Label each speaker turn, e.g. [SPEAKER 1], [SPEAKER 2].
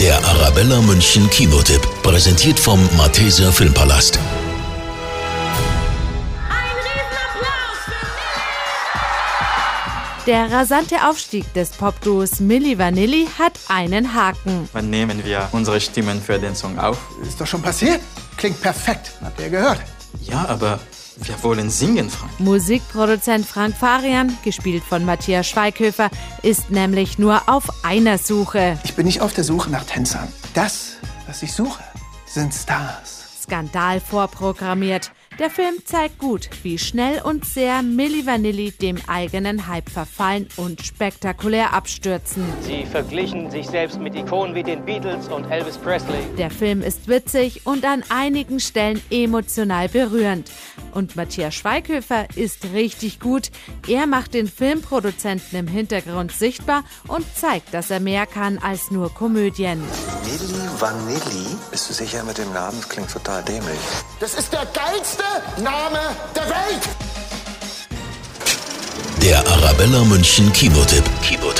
[SPEAKER 1] Der Arabella München Kinotipp, präsentiert vom Malteser Filmpalast.
[SPEAKER 2] Ein Riesenapplaus für
[SPEAKER 3] Der rasante Aufstieg des Popduos Milli Vanilli hat einen Haken.
[SPEAKER 4] Wann nehmen wir unsere Stimmen für den Song auf?
[SPEAKER 5] Ist doch schon passiert. Klingt perfekt. Habt ihr gehört?
[SPEAKER 4] Ja, aber wir wollen singen, Frank.
[SPEAKER 3] Musikproduzent Frank Farian, gespielt von Matthias Schweighöfer, ist nämlich nur auf einer Suche.
[SPEAKER 5] Ich bin nicht auf der Suche nach Tänzern. Das, was ich suche, sind Stars.
[SPEAKER 3] Skandal vorprogrammiert. Der Film zeigt gut, wie schnell und sehr Milli Vanilli dem eigenen Hype verfallen und spektakulär abstürzen.
[SPEAKER 6] Sie verglichen sich selbst mit Ikonen wie den Beatles und Elvis Presley.
[SPEAKER 3] Der Film ist witzig und an einigen Stellen emotional berührend. Und Matthias Schweighöfer ist richtig gut. Er macht den Filmproduzenten im Hintergrund sichtbar und zeigt, dass er mehr kann als nur Komödien.
[SPEAKER 7] Milli Vanilli? Bist du sicher mit dem Namen? Das klingt total dämlich.
[SPEAKER 8] Das ist der geilste Name der Welt!
[SPEAKER 1] Der Arabella München Kinotipp. Kinotipp.